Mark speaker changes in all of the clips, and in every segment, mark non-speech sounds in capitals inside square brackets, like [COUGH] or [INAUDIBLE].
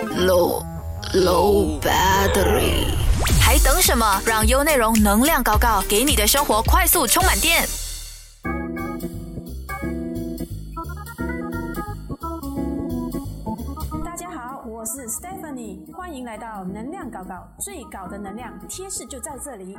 Speaker 1: low low battery。
Speaker 2: 还等什么？让优内容能量高高，给你的生活快速充满电。
Speaker 3: 大家好，我是 Stephanie，欢迎来到能量搞搞，最搞的能量贴士就在这里。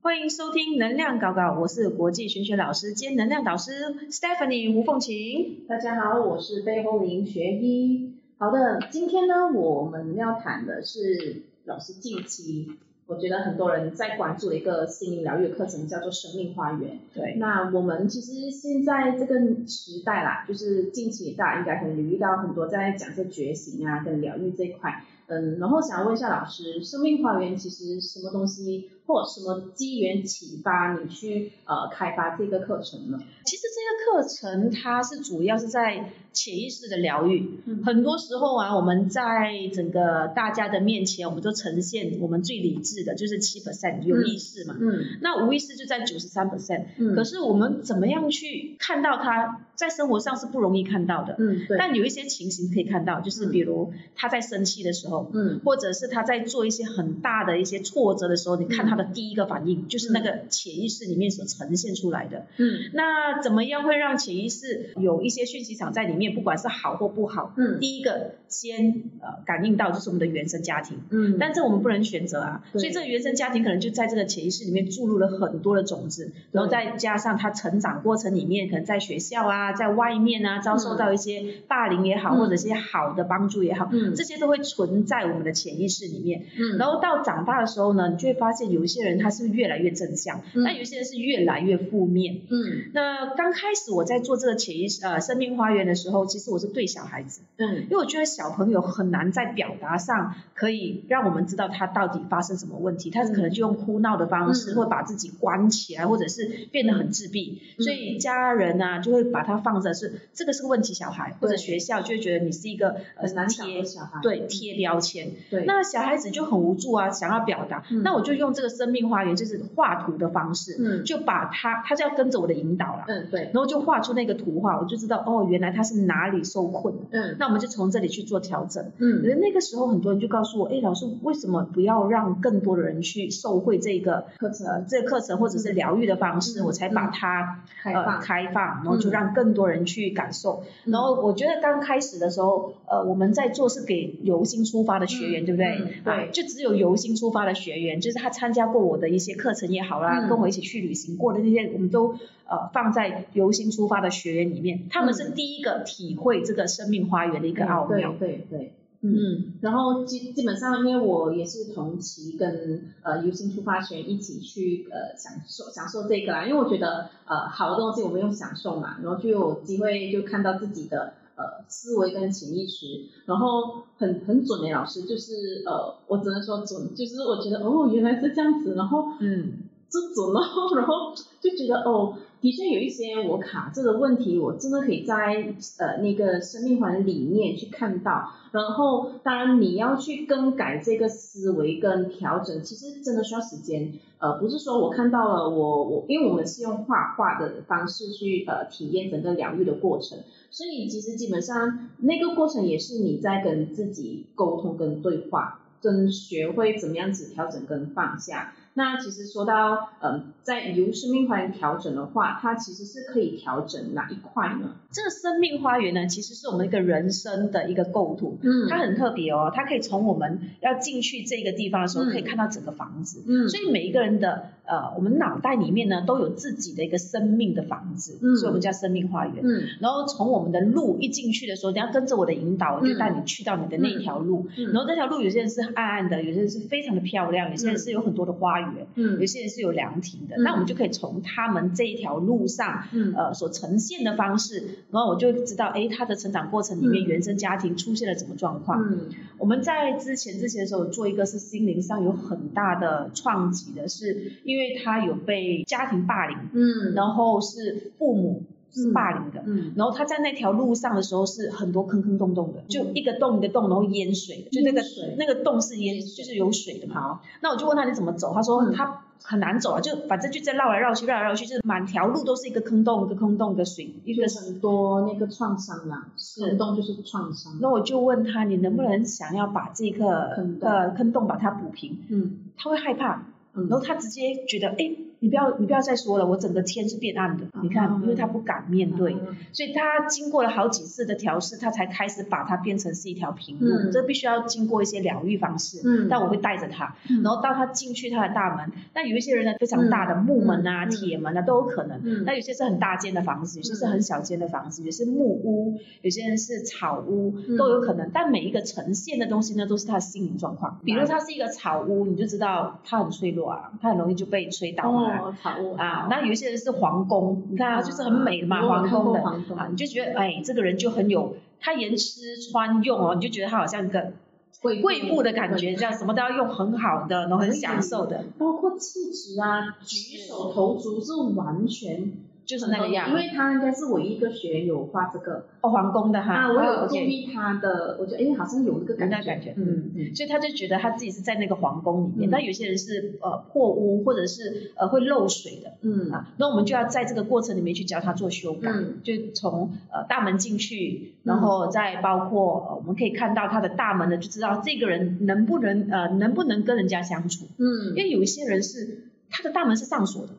Speaker 3: 欢迎收听能量搞搞，我是国际玄学老师兼能量导师 Stephanie 胡凤琴。
Speaker 4: 大家好，我是贝红林学医。好的，今天呢，我们要谈的是老师近期我觉得很多人在关注的一个心灵疗愈的课程，叫做生命花园。
Speaker 3: 对，
Speaker 4: 那我们其实现在这个时代啦，就是近期大家应该可以留意到很多在讲这觉醒啊跟疗愈这一块。嗯，然后想问一下老师，生命花园其实什么东西或什么机缘启发你去呃开发这个课程呢？
Speaker 3: 其实这个课程它是主要是在潜意识的疗愈。
Speaker 4: 嗯
Speaker 3: 很多时候啊，我们在整个大家的面前，我们都呈现我们最理智的，就是七 percent 有意识嘛。
Speaker 4: 嗯
Speaker 3: 那无意识就占九十三 percent，
Speaker 4: 嗯，
Speaker 3: 可是我们怎么样去看到它，在生活上是不容易看到的。
Speaker 4: 嗯对，
Speaker 3: 但有一些情形可以看到，就是比如他在生气的时候，
Speaker 4: 嗯
Speaker 3: 或者是他在做一些很大的一些挫折的时候，你看他的第一个反应就是那个潜意识里面所呈现出来的。
Speaker 4: 嗯
Speaker 3: 那怎么样会让潜意识有一些讯息场在里面，不管是好或不好？
Speaker 4: 嗯
Speaker 3: 第一个先呃感应到就是我们的原生家庭，
Speaker 4: 嗯，
Speaker 3: 但这我们不能选择啊，
Speaker 4: 对
Speaker 3: 所以这个原生家庭可能就在这个潜意识里面注入了很多的种子，然后再加上他成长过程里面，可能在学校啊，在外面啊，遭受到一些霸凌也好，
Speaker 4: 嗯
Speaker 3: 或者一些好的帮助也好，
Speaker 4: 嗯
Speaker 3: 这些都会存在我们的潜意识里面。
Speaker 4: 嗯
Speaker 3: 然后到长大的时候呢，你就会发现有一些人他是越来越正向，
Speaker 4: 嗯
Speaker 3: 但有一些人是越来越负面。
Speaker 4: 嗯
Speaker 3: 那刚开始我在做这个潜意识呃生命花园的时候，其实我是对小孩子。
Speaker 4: 嗯
Speaker 3: 因为我觉得小朋友很难在表达上可以让我们知道他到底发生什么问题，他可能就用哭闹的方式，
Speaker 4: 嗯
Speaker 3: 或把自己关起来，或者是变得很自闭，
Speaker 4: 嗯
Speaker 3: 所以家人啊就会把他放着是这个是个问题小孩，或者
Speaker 4: 对
Speaker 3: 学校就会觉得你是一个呃
Speaker 4: 很难搞
Speaker 3: 贴
Speaker 4: 的小孩，
Speaker 3: 对贴标签，
Speaker 4: 嗯对，
Speaker 3: 那小孩子就很无助啊，想要表达，
Speaker 4: 嗯
Speaker 3: 那我就用这个生命花园就是画图的方式，
Speaker 4: 嗯
Speaker 3: 就把他他就要跟着我的引导了。
Speaker 4: 嗯对
Speaker 3: 然后就画出那个图画，我就知道哦，原来他是哪里受困了。
Speaker 4: 嗯
Speaker 3: 那我们就从这里去做调整。可
Speaker 4: 嗯
Speaker 3: 是那个时候，很多人就告诉我，哎，老师，为什么不要让更多的人去受惠这个
Speaker 4: 课程
Speaker 3: 呃这个课程或者是疗愈的方式？
Speaker 4: 嗯
Speaker 3: 我才把它
Speaker 4: 开
Speaker 3: 呃
Speaker 4: 放嗯
Speaker 3: 开放，然后就让更多人去感受。然后我觉得刚开始的时候，呃，我们在做是给由心出发的学员，
Speaker 4: 嗯
Speaker 3: 对不对？
Speaker 4: 嗯对
Speaker 3: 啊就只有由心出发的学员，就是他参加过我的一些课程也好啦，
Speaker 4: 嗯
Speaker 3: 跟我一起去旅行过的那些，我们都呃放在由心出发的学员里面，他们是
Speaker 4: 嗯
Speaker 3: 第一个体会这个生命花园的一个奥
Speaker 4: 对
Speaker 3: 妙。
Speaker 4: 嗯对对，嗯。
Speaker 3: 嗯，
Speaker 4: 然后基基本上，因为我也是同期跟呃由心出发学一起去呃享受享受这个啦，啊因为我觉得呃好的东西我们用享受嘛，然后就有机会就看到自己的呃思维跟潜意识，然后很很准的老师就是呃我只能说准，就是我觉得哦原来是这样子，然后
Speaker 3: 嗯，
Speaker 4: 这种，然后 [LAUGHS] 然后就觉得哦，的确有一些我卡这个问题，我真的可以在呃那个生命环里面去看到。然后当然你要去更改这个思维跟调整，其实真的需要时间。呃，不是说我看到了我我，因为我们是用画画的方式去呃体验整个疗愈的过程，所以其实基本上那个过程也是你在跟自己沟通跟对话，跟学会怎么样子调整跟放下。那其实说到，嗯，在由生命环调整的话，它其实是可以调整哪一块呢？
Speaker 3: 这个生命花园呢，其实是我们一个人生的一个构图。
Speaker 4: 嗯
Speaker 3: 它很特别哦，它可以从我们要进去这个地方的时候，
Speaker 4: 嗯
Speaker 3: 可以看到整个房子。
Speaker 4: 嗯
Speaker 3: 所以每一个人的呃，我们脑袋里面呢都有自己的一个生命的房子，
Speaker 4: 嗯
Speaker 3: 所以我们叫生命花园。
Speaker 4: 嗯
Speaker 3: 然后从我们的路一进去的时候，你要跟着我的引导，我就带你去到你的那条路。
Speaker 4: 嗯
Speaker 3: 然后那条路有些人是暗暗的，有些人是非常的漂亮，有些人是有很多的花园，
Speaker 4: 嗯
Speaker 3: 有些人是有凉亭的。
Speaker 4: 嗯
Speaker 3: 那我们就可以从他们这一条路上
Speaker 4: 嗯
Speaker 3: 呃所呈现的方式，然后我就知道，哎，他的成长过程里面，
Speaker 4: 嗯
Speaker 3: 原生家庭出现了什么状况。
Speaker 4: 嗯
Speaker 3: 我们在之前之前的时候，做一个是心灵上有很大的创击的是，因为他有被家庭霸凌，
Speaker 4: 嗯
Speaker 3: 然后是父母。是霸凌的。
Speaker 4: 嗯
Speaker 3: 然后他在那条路上的时候是很多坑坑洞洞的，就一个洞一个洞，然后淹水的，就那
Speaker 4: 嗯
Speaker 3: 个
Speaker 4: 淹水
Speaker 3: 那个洞是淹，就是有水的嘛。
Speaker 4: 好，
Speaker 3: 那我就问他你怎么走，他说
Speaker 4: 嗯
Speaker 3: 他很难走啊，就反正就在绕来绕去，绕来绕去，就是满条路都是一个坑洞，一个坑洞，一个水，一
Speaker 4: 就
Speaker 3: 个。
Speaker 4: 很多那个创伤啦，行动就是创伤。
Speaker 3: 那我就问他你能不能想要把这个
Speaker 4: 坑洞
Speaker 3: 呃坑洞把它补平，
Speaker 4: 嗯
Speaker 3: 他会害怕，
Speaker 4: 嗯
Speaker 3: 然后他直接觉得哎。你不要，你不要再说了，我整个天是变暗的。
Speaker 4: 啊
Speaker 3: 你看，因为他不敢
Speaker 4: 嗯
Speaker 3: 面对，所以他经过了好几次的调试，他才开始把它变成是一条平路。
Speaker 4: 嗯
Speaker 3: 这必须要经过一些疗愈方式。
Speaker 4: 嗯
Speaker 3: 但我会带着他，
Speaker 4: 嗯
Speaker 3: 然后到他进去他的大门。那有一些人呢，非常大的木门啊、
Speaker 4: 嗯嗯
Speaker 3: 铁门啊都有可能。
Speaker 4: 嗯
Speaker 3: 那有些是很大间的房子，有些是很小间的房子，有些是木屋，有些人是草屋，
Speaker 4: 嗯
Speaker 3: 都有可能。但每一个呈现的东西呢，都是他的心灵状
Speaker 4: 嗯
Speaker 3: 况。比如他是一个草屋，你就知道他很脆弱啊，他很容易就被吹倒啊。
Speaker 4: 哦，草屋
Speaker 3: 啊，那有一些人是皇宫，你看啊，就是很美的嘛，
Speaker 4: 我有
Speaker 3: 皇
Speaker 4: 看
Speaker 3: 宫
Speaker 4: 过
Speaker 3: 的
Speaker 4: 皇宫
Speaker 3: 啊，你就觉得哎，这个人就很有，他言吃穿用哦，你就觉得他好像一个
Speaker 4: 贵
Speaker 3: 贵妇的感觉，这样什么都要用很好的，然后很享受的，
Speaker 4: 包括气质啊、举手投足是完全
Speaker 3: 就是那个样
Speaker 4: 因。为他应该是我一个学员有画这个
Speaker 3: 哦，皇宫的哈，
Speaker 4: 啊，我有注
Speaker 3: 哦 OK，
Speaker 4: 意他的，我觉得哎，好像有那个
Speaker 3: 有
Speaker 4: 感
Speaker 3: 那
Speaker 4: 觉，
Speaker 3: 感觉，嗯。
Speaker 4: 嗯嗯
Speaker 3: 所以他就觉得他自己是在那个皇宫里面，
Speaker 4: 嗯
Speaker 3: 那有些人是呃破屋或者是呃会漏水的
Speaker 4: 嗯
Speaker 3: 啊，那我们就要在这个过程里面去教他做修改，
Speaker 4: 嗯
Speaker 3: 就从呃大门进去，
Speaker 4: 嗯
Speaker 3: 然后再包括呃我们可以看到他的大门呢，就知道这个人能不能呃能不能跟人家相处，因
Speaker 4: 嗯
Speaker 3: 为有一些人是他的大门是上锁的，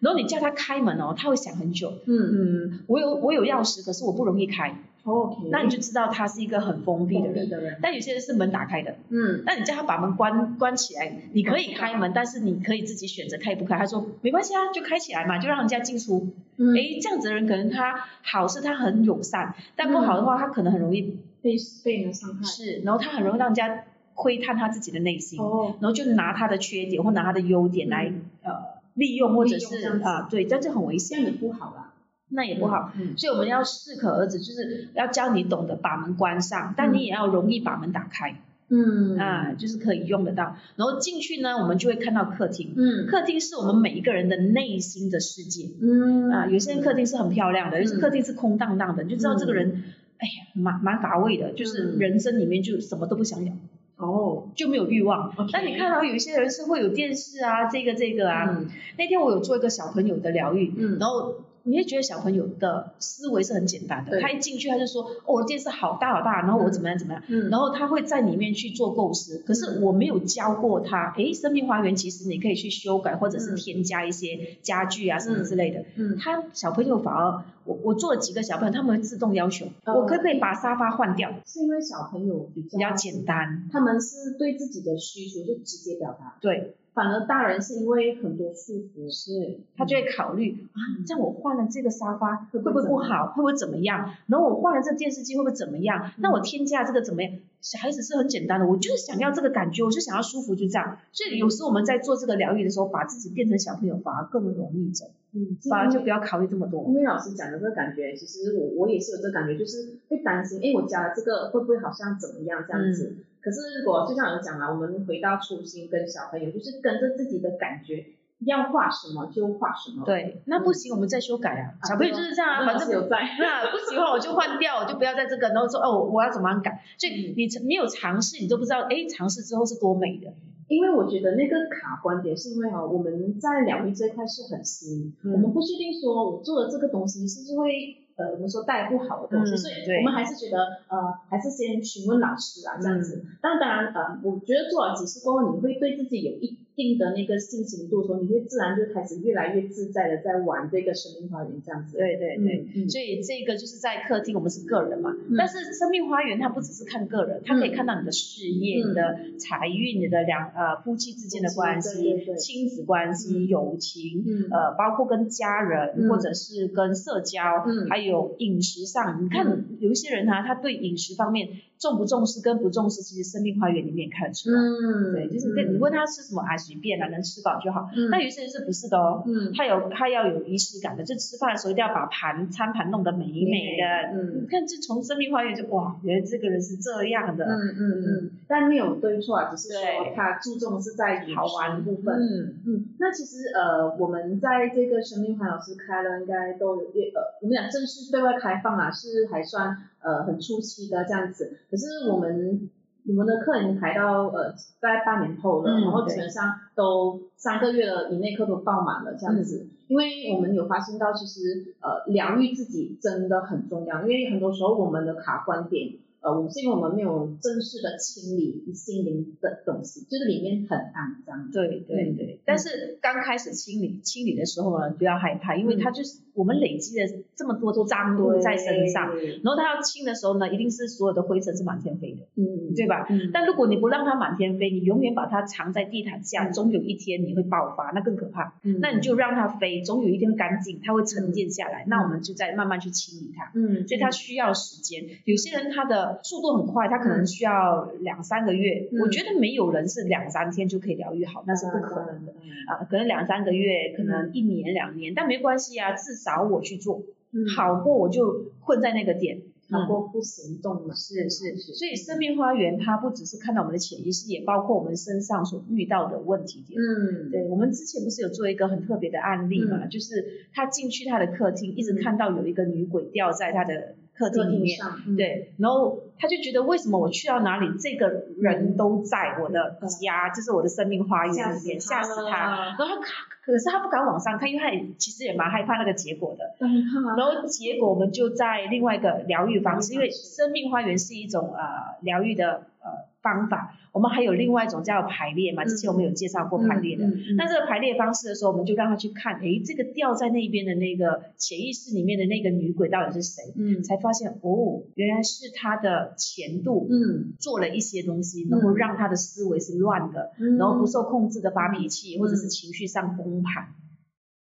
Speaker 3: 然后你叫他开门哦，他会想很久，
Speaker 4: 嗯
Speaker 3: 嗯，我有我有钥匙，可是我不容易开，
Speaker 4: ，OK，
Speaker 3: 那你就知道他是一个很封闭的人。
Speaker 4: 的人，
Speaker 3: 但有些人是门打开的，
Speaker 4: 嗯
Speaker 3: 那你叫他把门关关起来，你可以开门，但是你可以自己选择开不开。他说没关系啊，就开起来嘛，就让人家进出。
Speaker 4: 嗯，
Speaker 3: 诶，这样子的人可能他好是他很友善，但
Speaker 4: 嗯
Speaker 3: 不好的话，他可能很容易
Speaker 4: 被被人伤害，
Speaker 3: 是，然后他很容易让人家窥探他自己的内心，
Speaker 4: 哦，
Speaker 3: 然后就拿他的缺点或拿他的优点来
Speaker 4: 嗯
Speaker 3: 呃利用或者
Speaker 4: 利用
Speaker 3: 是
Speaker 4: 这样子嗯
Speaker 3: 啊对，但这很危
Speaker 4: 这样也
Speaker 3: 险，
Speaker 4: 不好啦，
Speaker 3: 那也不好。
Speaker 4: 嗯，
Speaker 3: 所以我们要适可而止，就是要教你懂得把门关上，但你也要容易把门打开。
Speaker 4: 嗯嗯
Speaker 3: 啊，就是可以用得到。然后进去呢，我们就会看到客厅。
Speaker 4: 嗯
Speaker 3: 客厅是我们每一个人的内心的世界
Speaker 4: 嗯
Speaker 3: 啊。有些人客厅是很漂亮的，有些
Speaker 4: 嗯
Speaker 3: 客厅是空荡荡的，你就知道这个人，哎呀，蛮蛮乏味的，就是
Speaker 4: 嗯
Speaker 3: 人生里面就什么都不想要，
Speaker 4: 哦，
Speaker 3: 就没有欲望
Speaker 4: OK。
Speaker 3: 但你看到有一些人是会有电视啊，这个这个啊。
Speaker 4: 嗯
Speaker 3: 那天我有做一个小朋友的疗愈，
Speaker 4: 嗯，
Speaker 3: 然后你会觉得小朋友的思维是很简单的，
Speaker 4: 对
Speaker 3: 他一进去他就说，哦，我的电视好大好大，然后我怎么样怎么样。
Speaker 4: 嗯
Speaker 3: 然后他会在里面去做构思，可是我没有教过他，诶，生命花园其实你可以去修改或者是
Speaker 4: 嗯
Speaker 3: 添加一些家具啊什么之类的。
Speaker 4: 嗯
Speaker 3: 他小朋友反而，我我做了几个小朋友，他们会自动要求，
Speaker 4: 哦
Speaker 3: 我可不可以把沙发换掉，
Speaker 4: 是因为小朋友比较
Speaker 3: 比较简单。
Speaker 4: 他们是对自己的需求就直接表达，
Speaker 3: 对
Speaker 4: 反而大人是因为很多束缚，是
Speaker 3: 他就会考虑啊，这样我换了这个沙发会
Speaker 4: 会
Speaker 3: 不
Speaker 4: 不
Speaker 3: 会
Speaker 4: 会
Speaker 3: 不好，会不会怎么样？然后我换了这电视机会不会怎么样？那我添加这个怎么样？小孩子是很简单的，我就是想要这个感觉，我就想要舒服，就这样。所以有时候我们在做这个疗愈的时候，把自己变成小朋友反而更容易走，
Speaker 4: 嗯，
Speaker 3: 反而就不
Speaker 4: 要。
Speaker 3: 要考虑这么
Speaker 4: 因
Speaker 3: 多。
Speaker 4: 为老师讲的这个感觉，其实我我也是有这个感觉，就是会担心，哎，我加了这个会不会好像怎么样这样
Speaker 3: 嗯
Speaker 4: 子？可是如果就像有讲啦，我们回到初心，跟小朋友就是跟着自己的感觉，要画什么就画什么。，啊
Speaker 3: 对，那不行，我们再修改啊。小朋友就是这样啊，反
Speaker 4: 老
Speaker 3: 正
Speaker 4: 师有在。
Speaker 3: [LAUGHS] 那不喜欢我就换掉，我就不要在这个，然后说哦，我要怎么样改？所以你你有尝试，你都不知道，哎，尝试之后是多美的。
Speaker 4: 因为我觉得那个卡观点是因为哈、哦我们在疗愈这一块是很新，
Speaker 3: 嗯
Speaker 4: 我们不确定说我做了这个东西是不是会呃我们说带来不好的东西，
Speaker 3: 嗯
Speaker 4: 所
Speaker 3: 对
Speaker 4: 以我们还是觉得呃还是先询问老师啊这样子。
Speaker 3: 嗯
Speaker 4: 但当然呃，我觉得做了几次过后，你会对自己有一定的那个信心度的时候，你会自然就开始越来越自在的在玩这个生命花园这样子。
Speaker 3: 对对对。
Speaker 4: 嗯，嗯
Speaker 3: 所以这个就是在客厅，我们是个人嘛，但是生命花园它不只是看个人，它可以看到你的事业、
Speaker 4: 嗯
Speaker 3: 你的财运、你的两呃夫妻之间的关
Speaker 4: 夫妻对对
Speaker 3: 系、
Speaker 4: 对
Speaker 3: 亲子关系、
Speaker 4: 嗯
Speaker 3: 友情，
Speaker 4: 嗯
Speaker 3: 呃，包括跟家人、
Speaker 4: 嗯
Speaker 3: 或者是跟社交，
Speaker 4: 嗯
Speaker 3: 还有饮食上，你看
Speaker 4: 嗯
Speaker 3: 有一些人啊，他对饮食方面重不重视跟不重视，其实生命花园里面看得出来。
Speaker 4: 嗯，
Speaker 3: 对，就是跟你
Speaker 4: 嗯
Speaker 3: 问他吃什么啊，随便啊，能吃饱就好。
Speaker 4: 嗯
Speaker 3: 那有些人是不是的哦？
Speaker 4: 嗯，
Speaker 3: 他有他要有仪式感的，就吃饭的时候一定要把盘餐盘弄得美美的。你
Speaker 4: 嗯
Speaker 3: 看，这从生命花园就哇，原来这个人是这样的。
Speaker 4: 嗯嗯嗯，但没有对错啊，只是说
Speaker 3: 对
Speaker 4: 他注重是在好玩部分。
Speaker 3: 嗯，
Speaker 4: 嗯，那其实呃，我们在这个生命环老师开了，应该都有一呃，我们讲正式对外开放啊，是还算呃很初期的这样子。可是我们你们的课已经排到呃大概半年后了，
Speaker 3: 嗯
Speaker 4: 然后
Speaker 3: 对
Speaker 4: 基本上都三个月了以内课都爆满了这样子。
Speaker 3: 嗯
Speaker 4: 因为我们有发现到，其实呃疗愈自己真的很重要，因为很多时候我们的卡关点呃，我们是因为我们没有正式的清理心灵的东西，就是里面很肮脏。
Speaker 3: 对对对。但是刚开始清理清理的时候呢，不要害怕，因为它就是我们累积了这么多脏
Speaker 4: 对
Speaker 3: 污在身上，，然后它要清的时候呢，一定是所有的灰尘是满天飞的，
Speaker 4: 嗯，
Speaker 3: 对吧？
Speaker 4: 嗯，
Speaker 3: 但如果你不让它满天飞，你永远把它藏在地毯下，终有一天你会爆发，那更可怕。
Speaker 4: 嗯
Speaker 3: 那你就让它飞，总有一天会干净，它会沉淀下来。那我们就再慢慢去清理它。
Speaker 4: 嗯，
Speaker 3: 所以它需要时间，有些人他的速度很快，他可能需要两三个月。
Speaker 4: 嗯
Speaker 3: 我觉得没有人是两三天就可以疗愈好，那是不可
Speaker 4: 嗯
Speaker 3: 能的。啊，可能两三个月，可能一年两年，但没关系啊，至少我去做，
Speaker 4: 嗯，
Speaker 3: 好过我就困在那个点。
Speaker 4: 好过不行动嘛，
Speaker 3: 是是是，所以生命花园它不只是看到我们的潜意识，也包括我们身上所遇到的问题点。
Speaker 4: 嗯，
Speaker 3: 对，我们之前不是有做一个很特别的案例嘛，就是他进去他的客厅，一直看到有一个女鬼吊在他的客
Speaker 4: 客
Speaker 3: 厅里
Speaker 4: 厅
Speaker 3: 面，
Speaker 4: 嗯上，嗯，
Speaker 3: 对，然后他就觉得为什么我去到哪里，这个人都在我的家，就是我的生命花
Speaker 4: 嗯
Speaker 3: 园
Speaker 4: 吓
Speaker 3: 里
Speaker 4: 死
Speaker 3: 面，吓死他。
Speaker 4: 他了，
Speaker 3: 然后他可是他不敢往上看，因为他也其实也蛮害怕那个结果的。
Speaker 4: 当然
Speaker 3: 然后结果我们就在另外一个疗愈方式，因
Speaker 4: 疗愈
Speaker 3: 为
Speaker 4: 方式
Speaker 3: 生命花园是一种呃疗愈的呃方法，我们还有另外一种叫排列嘛，
Speaker 4: 嗯
Speaker 3: 之前我们有介绍过
Speaker 4: 嗯
Speaker 3: 排列的。
Speaker 4: 嗯嗯
Speaker 3: 那这个排列方式的时候，我们就让他去看，诶，这个吊在那边的那个潜意识里面的那个女鬼到底是谁？
Speaker 4: 嗯
Speaker 3: 才发现哦，原来是他的前度
Speaker 4: 嗯，
Speaker 3: 做了一些东西，
Speaker 4: 嗯
Speaker 3: 然后让他的思维是乱的，
Speaker 4: 嗯
Speaker 3: 然后不受控制的发脾气，或者是情绪上崩盘。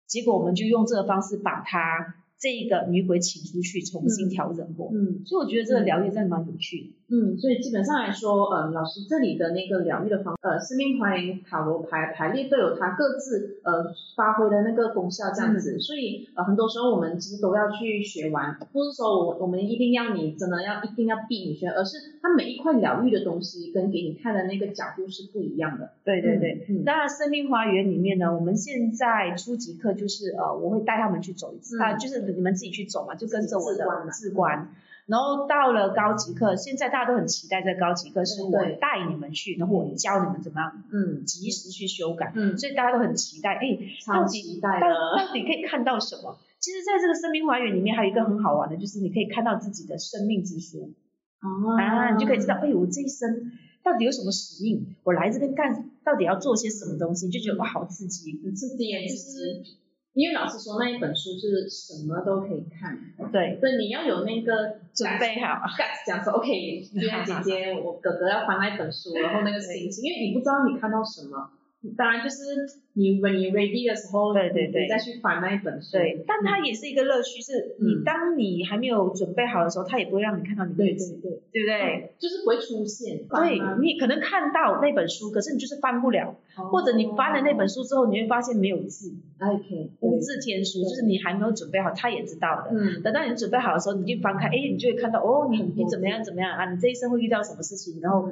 Speaker 3: 结果我们就用这个方式把他这个女鬼请出去，重新调整过。
Speaker 4: 嗯
Speaker 3: 所以我觉得这个疗愈真的蛮有趣的。
Speaker 4: 嗯，所以基本上来说，呃，老师这里的那个疗愈的方，呃，生命花园塔罗牌排列都有它各自呃发挥的那个功效这样子，
Speaker 3: 嗯
Speaker 4: 所以呃很多时候我们其实都要去学完，不是说我我们一定要你真的要一定要必你学，而是它每一块疗愈的东西跟给你看的那个角度是不一样的。
Speaker 3: 对对对。
Speaker 4: 嗯，嗯
Speaker 3: 那生命花园里面呢，我们现在初级课就是呃，我会带他们去走一次、
Speaker 4: 嗯
Speaker 3: 啊，就是你们自己去走嘛，就跟着我
Speaker 4: 自
Speaker 3: 的
Speaker 4: 观嘛
Speaker 3: 志观。然后到了高级课，现在大家都很期待在高级课，是我
Speaker 4: 对
Speaker 3: 带你们去，然后我教你们怎么样
Speaker 4: 嗯
Speaker 3: 及时去修改，
Speaker 4: 嗯，
Speaker 3: 所以大家都很期待，哎，
Speaker 4: 超
Speaker 3: 到
Speaker 4: 期
Speaker 3: 底
Speaker 4: 待
Speaker 3: 到
Speaker 4: 的，
Speaker 3: 到底可以看到什么？其实，在这个生命花园里面，还有一个很好玩的，就是你可以看到自己的生命之书。
Speaker 4: 哦
Speaker 3: 啊，你就可以知道，哎，我这一生到底有什么使命？我来这边干，到底要做些什么东西？就觉得哇，好刺激。
Speaker 4: 很刺激耶，就是因为老师说那一本书是什么都可以看，
Speaker 3: 对，
Speaker 4: 对，你要有那个
Speaker 3: 准
Speaker 4: 感
Speaker 3: 备好。
Speaker 4: guts 讲说 OK，今
Speaker 3: [LAUGHS]
Speaker 4: 天姐姐我哥哥要翻那一本书，然后那个心情，因为你不知道你看到什么，当然就是你 when you ready 的时候，
Speaker 3: 对对对
Speaker 4: 你再去翻那一本书，
Speaker 3: 对，但它也是一个乐趣，是
Speaker 4: 嗯
Speaker 3: 你当你还没有准备好的时候，它也不会让你看到你的
Speaker 4: 对
Speaker 3: 日
Speaker 4: 对
Speaker 3: 子，
Speaker 4: 对，
Speaker 3: 对不啊对？
Speaker 4: 就是不会出现，啊
Speaker 3: 对你可能看到那本书，可是你就是翻不了，
Speaker 4: 或
Speaker 3: 或者你翻了那本书之后，你会发现没有字，
Speaker 4: 哦 OK
Speaker 3: 无字天书，就是你还没有准备好，他也知道的。
Speaker 4: 嗯
Speaker 3: 等到你准备好的时候，你就翻开，哎，你就会看到哦，你
Speaker 4: 很多
Speaker 3: 你怎么样怎么样啊？你这一生会遇到什么事情？然
Speaker 4: 嗯
Speaker 3: 后，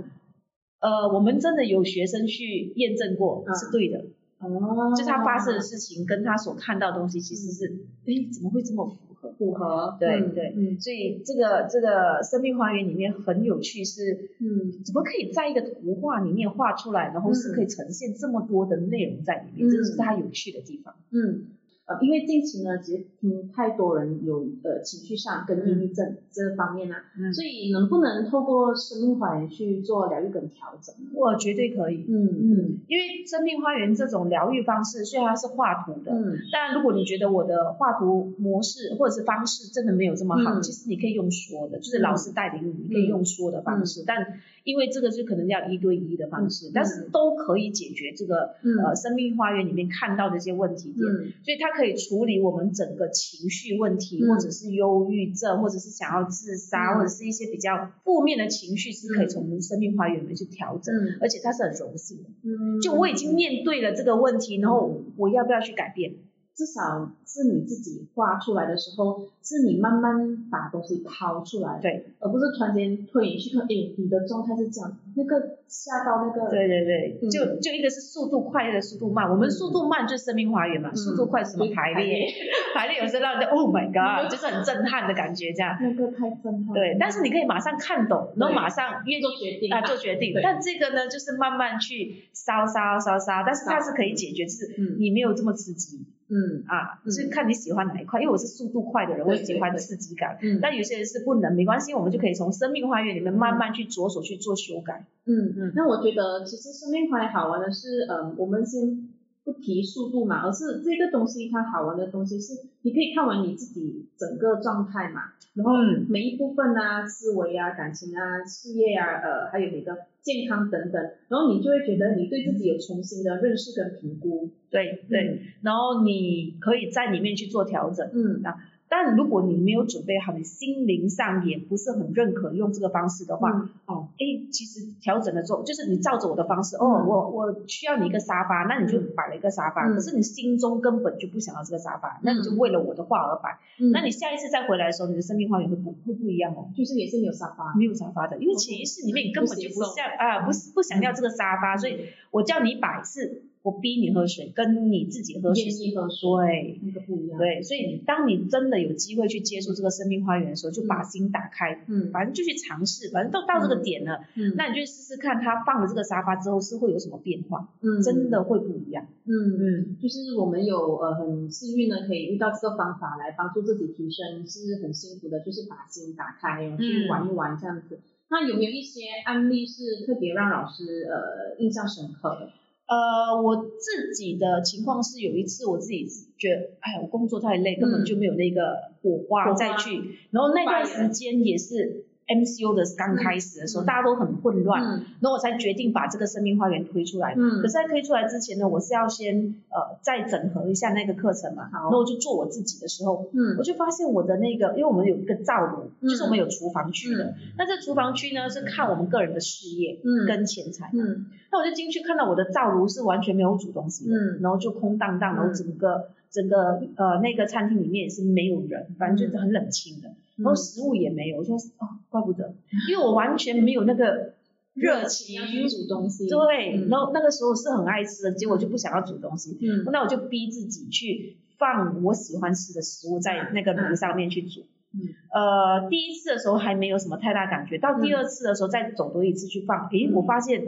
Speaker 3: 呃，我们真的有学生去验证过
Speaker 4: 嗯
Speaker 3: 是对的，
Speaker 4: 哦，
Speaker 3: 就是他发生的事情跟他所看到的东西其实是，
Speaker 4: 嗯
Speaker 3: 哎，怎么会这么符合？
Speaker 4: 符合，
Speaker 3: 对
Speaker 4: 嗯
Speaker 3: 对
Speaker 4: 嗯
Speaker 3: 所以这个这个生命花园里面很有趣是，
Speaker 4: 嗯
Speaker 3: 怎么可以在一个图画里面画出来，然后是可以呈现这么多的内容在里面，
Speaker 4: 嗯
Speaker 3: 这个是它有趣的地方。
Speaker 4: 嗯。呃，因为近期呢，其实听太多人有呃情绪上跟抑郁症这方面啊，
Speaker 3: 嗯
Speaker 4: 所以能不能透过生命环去做疗愈跟调整呢？
Speaker 3: 我绝对可以，
Speaker 4: 嗯
Speaker 3: 因为生命花园这种疗愈方式，虽然它是画图的，
Speaker 4: 嗯
Speaker 3: 但如果你觉得我的画图模式或者是方式真的没有这么好，
Speaker 4: 嗯
Speaker 3: 其实你可以用说的，就是老师带领你，你可以用说的方式。但因为这个就可能要一对一的方式，
Speaker 4: 嗯
Speaker 3: 但是都可以解决这个、呃
Speaker 4: 嗯
Speaker 3: 呃生命花园里面看到的一些问题点，
Speaker 4: 嗯
Speaker 3: 所以它可以处理我们整个的情绪问题，
Speaker 4: 嗯
Speaker 3: 或者是忧郁症，或者是想要自杀，
Speaker 4: 嗯
Speaker 3: 或者是一些比较负面的情绪，是可以从生命花园里面去调整，
Speaker 4: 嗯
Speaker 3: 而且它是很柔性的。
Speaker 4: 嗯，
Speaker 3: 就我已经面对了这个问题，然后我要不要去改变？
Speaker 4: 至少是你自己画出来的时候，是你慢慢把东西掏出来，
Speaker 3: 对，
Speaker 4: 而不是突然间推你去看，诶，哎你的状态是这样，那个吓到那个，
Speaker 3: 对对对，
Speaker 4: 嗯
Speaker 3: 就就一个是速度快，一个速度慢。我们速度慢就是生命花园嘛，
Speaker 4: 嗯
Speaker 3: 速度快是什么
Speaker 4: 就是
Speaker 3: 排
Speaker 4: 排
Speaker 3: 列
Speaker 4: 列？嗯
Speaker 3: [LAUGHS] 排列有时候让人家 Oh my God，就是很震撼的感觉这样。
Speaker 4: [LAUGHS] 那个太震撼，
Speaker 3: 对，但是你可以马上看懂，然后
Speaker 4: 嗯对
Speaker 3: 马上愿意
Speaker 4: 做决定
Speaker 3: 啊做决定
Speaker 4: 对。
Speaker 3: 但这个呢，就是慢慢去烧烧烧烧，但是它是可以解决，就是
Speaker 4: 嗯
Speaker 3: 你没有这么刺激
Speaker 4: 嗯
Speaker 3: 啊，
Speaker 4: 嗯
Speaker 3: 就是看你喜欢哪一块。因为我是速度快的人，我
Speaker 4: 对
Speaker 3: 喜欢刺激感。
Speaker 4: 嗯，
Speaker 3: 但有些人是不能，没关系，我们就可以从生命花园里面慢慢去着手去做修改。
Speaker 4: 嗯
Speaker 3: 嗯
Speaker 4: 嗯，那我觉得其实生命还好玩的是，呃，我们先不提速度嘛，而是这个东西它好玩的东西是，你可以看完你自己整个状态嘛，然后
Speaker 3: 嗯
Speaker 4: 每一部分啊、思维啊、感情啊、事业啊，呃，还有你的健康等等，然后你就会觉得你对自己有重新的认识跟评估。
Speaker 3: 对对，然后你可以在里面去做调整。
Speaker 4: 嗯，
Speaker 3: 但如果你没有准备好，你心灵上也不是很认可用这个方式的话，
Speaker 4: 嗯
Speaker 3: 哦，诶，其实调整了之后，就是你照着我的方式，哦，
Speaker 4: 嗯
Speaker 3: 我我需要你一个沙发，那你就
Speaker 4: 嗯
Speaker 3: 摆了一个沙发，
Speaker 4: 嗯
Speaker 3: 可是你心中根本就不想要这个沙发，那你就
Speaker 4: 嗯
Speaker 3: 为了我的话而摆，
Speaker 4: 嗯
Speaker 3: 那你下一次再回来的时候，你的生命花园会不会不一样哦？
Speaker 4: 就是也是没有沙发。
Speaker 3: 没有沙发的，因为潜意识里面你根本就不
Speaker 4: 哦不嗯接
Speaker 3: 想啊，不是不想要这个沙发，所以我叫你摆是，我逼你喝水，跟你自己喝水
Speaker 4: 愿
Speaker 3: 是
Speaker 4: 意喝水
Speaker 3: 对。
Speaker 4: 那个不一样，，
Speaker 3: 哎对，所以当你真的有机会去接触这个生命花园的时候，就把心打开，
Speaker 4: 嗯
Speaker 3: 反正就去尝试，反正到到这个点了，
Speaker 4: 嗯，
Speaker 3: 那你就试试看，它放了这个沙发之后是会有什么变化，
Speaker 4: 嗯
Speaker 3: 真的会不一样。
Speaker 4: 嗯
Speaker 3: 嗯，
Speaker 4: 就是我们有呃很幸运呢，可以遇到这个方法来帮助自己提升，是很幸福的，就是把心打开，然后去玩
Speaker 3: 嗯
Speaker 4: 一玩这样子。那有没有一些案例是特别让老师呃印象深刻的？
Speaker 3: 呃，我自己的情况是有一次我自己觉得，哎呀，我工作太累，根本
Speaker 4: 嗯
Speaker 3: 就没有那个火花
Speaker 4: 火
Speaker 3: 再
Speaker 4: 花
Speaker 3: 去，然后那段时间也是 MCU 的刚开始的时候，
Speaker 4: 嗯
Speaker 3: 大家都很混乱，
Speaker 4: 嗯
Speaker 3: 然后我才决定把这个生命花园推出来。
Speaker 4: 嗯
Speaker 3: 可是，在推出来之前呢，我是要先呃再整合一下那个课程嘛。
Speaker 4: 好
Speaker 3: 然后我就做我自己的时候，我
Speaker 4: 嗯
Speaker 3: 就发现我的那个，因为我们有一个灶炉，
Speaker 4: 嗯
Speaker 3: 就是我们有厨房区的。
Speaker 4: 嗯
Speaker 3: 那这厨房区呢，是看我们个人的事业
Speaker 4: 嗯
Speaker 3: 跟钱财。
Speaker 4: 嗯
Speaker 3: 那我就进去看到我的灶炉是完全没有煮东西的，
Speaker 4: 嗯
Speaker 3: 然后就空荡荡，然后
Speaker 4: 嗯
Speaker 3: 整个。整个呃那个餐厅里面也是没有人，反
Speaker 4: 嗯
Speaker 3: 正就是很冷清的，然后食物也没有，我说哦怪不得，因为我完全没有那个热情啊
Speaker 4: 要去煮东西，
Speaker 3: 对，
Speaker 4: 嗯
Speaker 3: 然后那个时候是很爱吃的，结果就不想要煮东西，
Speaker 4: 嗯
Speaker 3: 那我就逼自己去放我喜欢吃的食物在那个炉上面去煮。
Speaker 4: 嗯
Speaker 3: 呃，第一次的时候还没有什么太大感觉，到第二次的时候再走多一次去放，诶，
Speaker 4: 嗯
Speaker 3: 我发现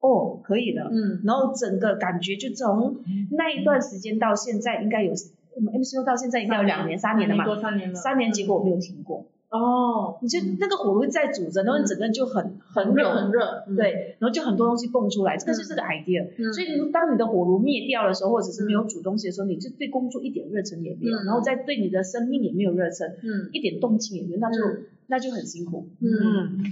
Speaker 3: 哦可以了，
Speaker 4: 嗯
Speaker 3: 然后整个感觉就从那一段时间到现在应该有嗯我们 MCU 到现在应该有两年三年了嘛，
Speaker 4: 多三年了，
Speaker 3: 三年结果我没有停过，
Speaker 4: 哦，
Speaker 3: 你就那个火会在煮着，然后你整个人就很
Speaker 4: 很
Speaker 3: 有
Speaker 4: 热很热，嗯，
Speaker 3: 对，然后就很多东西蹦出来，这个就是个 idea。
Speaker 4: 嗯
Speaker 3: 所以当你的火炉灭掉的时候，或者是没有煮东西的时候，你就对工作一点热忱也没有，
Speaker 4: 嗯
Speaker 3: 然后再对你的生命也没有热忱，
Speaker 4: 嗯
Speaker 3: 一点动静也没有，那就、
Speaker 4: 嗯
Speaker 3: 那就很辛苦。
Speaker 4: 嗯，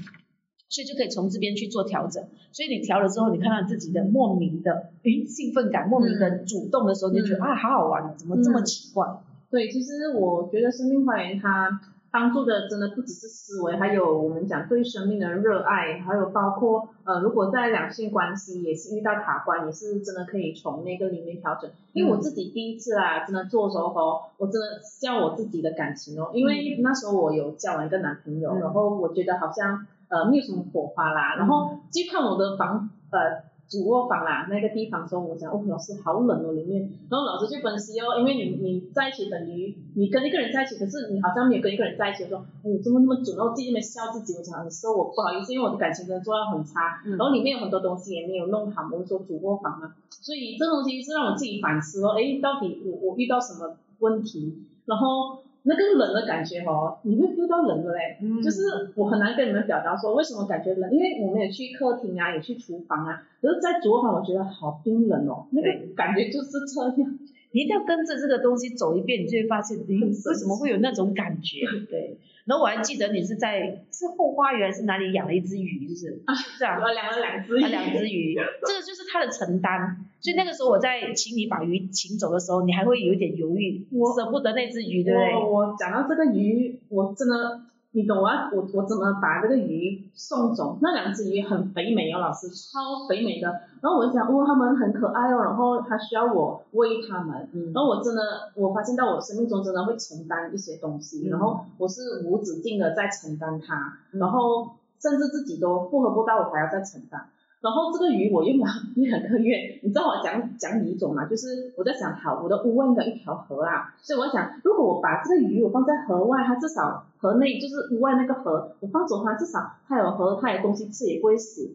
Speaker 3: 所以就可以从这边去做调整。所以你调了之后，你看到自己的莫名的诶兴奋感、莫名的主动的时候，你就觉得、
Speaker 4: 嗯
Speaker 3: 啊好好玩哦，怎么这么
Speaker 4: 嗯
Speaker 3: 奇怪？
Speaker 4: 对，其实我觉得生命花园它帮助的真的不只是思维，还有我们讲对生命的热爱，还有包括呃，如果在两性关系也是遇到卡关，也是真的可以从那个里面调整。因为我自己第一次啊，真的做的时候哦，我真的教我自己的感情哦，因为那时候我有交往一个男朋友，
Speaker 3: 嗯
Speaker 4: 然后我觉得好像呃没有什么火花啦，然后就看我的房呃主卧房啦那个地方的时候，我讲哦老师好冷哦里面，然后老师就分析哦，因为你你在一起等于你跟一个人在一起，可是你好像没有跟一个人在一起，我说哎你怎么那么准，然后自己那边笑自己，我讲说我不好意思，因为我的感情真的做到很差，
Speaker 3: 嗯
Speaker 4: 然后里面有很多东西也没有弄好，我们说主卧房嘛。啊所以这东西是让我自己反思哦，诶，到底我我遇到什么问题？然后那个冷的感觉哦，你会 feel 到冷的嘞，
Speaker 3: 嗯
Speaker 4: 就是我很难跟你们表达说为什么感觉冷，因为我们也去客厅啊，也去厨房啊，可是在厨房我觉得好冰冷哦，那个
Speaker 3: 对
Speaker 4: 感觉就是这样。 [LAUGHS]
Speaker 3: 你一定要跟着这个东西走一遍，你就会发现，咦，为什么会有那种感觉？对。然后我还记得你是在是后花园还是哪里养了一只鱼，是不是？是啊，
Speaker 4: 我养了两只
Speaker 3: 啊，两只鱼，这个就是他的承担。所以那个时候我在请你把鱼请走的时候，你还会有点犹豫
Speaker 4: 我，
Speaker 3: 舍不得那只鱼，对不对？
Speaker 4: 我我讲到这个鱼，我真的，你懂我要我我怎么把这个鱼送走？那两只鱼很肥美哦，老师超肥美的。然后我就想，哇、它们很可爱哦，然后还需要我喂它们。
Speaker 3: 嗯
Speaker 4: 然后我真的，我发现到我生命中真的会承担一些东西，
Speaker 3: 嗯
Speaker 4: 然后我是无止境的在承担它，
Speaker 3: 嗯
Speaker 4: 然后甚至自己都负荷不到，我还要再承担。然后这个鱼我用了一两个月，你知道我讲讲鱼种嘛？就是我在想，好，我的屋外应该有一条河啦，所以我想，如果我把这个鱼我放在河外，它至少河内就是屋外那个河，我放走它，至少它有河，它有东西吃，也不会死。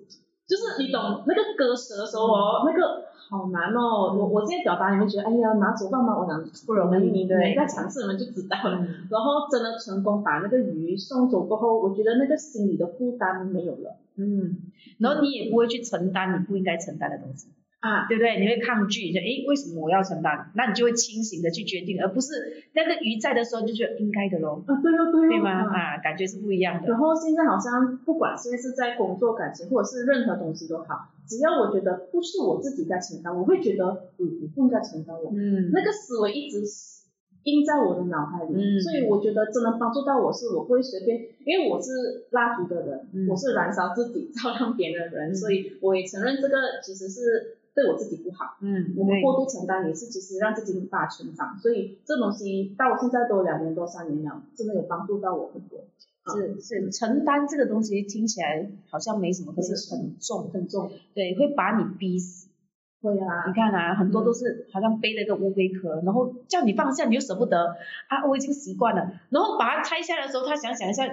Speaker 4: 就是你懂那个割舌的时候哦，那个好难哦。我我现在表达你们觉得，哎呀，拿手办吗？我拿
Speaker 3: 不容易
Speaker 4: 你
Speaker 3: 对
Speaker 4: 们在尝试你们就知道了。然后真的成功把那个鱼送走过后，我觉得那个心理的负担没有了
Speaker 3: 嗯，然后你也不会去承担你不应该承担的东西，
Speaker 4: 啊。
Speaker 3: 对不对？你会抗拒，就诶，为什么我要承担？那你就会清醒的去决定，而不是那个鱼在的时候你就觉得应该的咯，
Speaker 4: 啊，对哦，对哦，
Speaker 3: 对吗？
Speaker 4: 啊
Speaker 3: 啊，感觉是不一样的。
Speaker 4: 然后现在好像不管现在是在工作、感情，或者是任何东西都好，只要我觉得不是我自己该承担，我会觉得嗯，我不应该承担我。
Speaker 3: 嗯，
Speaker 4: 那个思维一直印在我的脑海里，
Speaker 3: 嗯
Speaker 4: 所以我觉得真的帮助到我是，我不会随便，因为我是蜡烛的人，
Speaker 3: 嗯
Speaker 4: 我是燃烧自己、照亮别人的人，
Speaker 3: 嗯
Speaker 4: 所以我也承认这个其实是对我自己不好。
Speaker 3: 嗯，
Speaker 4: 我们
Speaker 3: 对
Speaker 4: 过度承担也是其实让自己无法成长，所以这东西到现在都两年多、三年了，真的有帮助到我很多，
Speaker 3: 是是承担这个东西听起来好像没什么，可是很重，
Speaker 4: 很重。
Speaker 3: 对，会把你逼死。
Speaker 4: 会啊
Speaker 3: 你，看啊，很多都是好像背了一个乌龟壳，然后叫你放下，你又舍不得啊，我已经习惯了。然后把它拆下来的时候，他想想一下，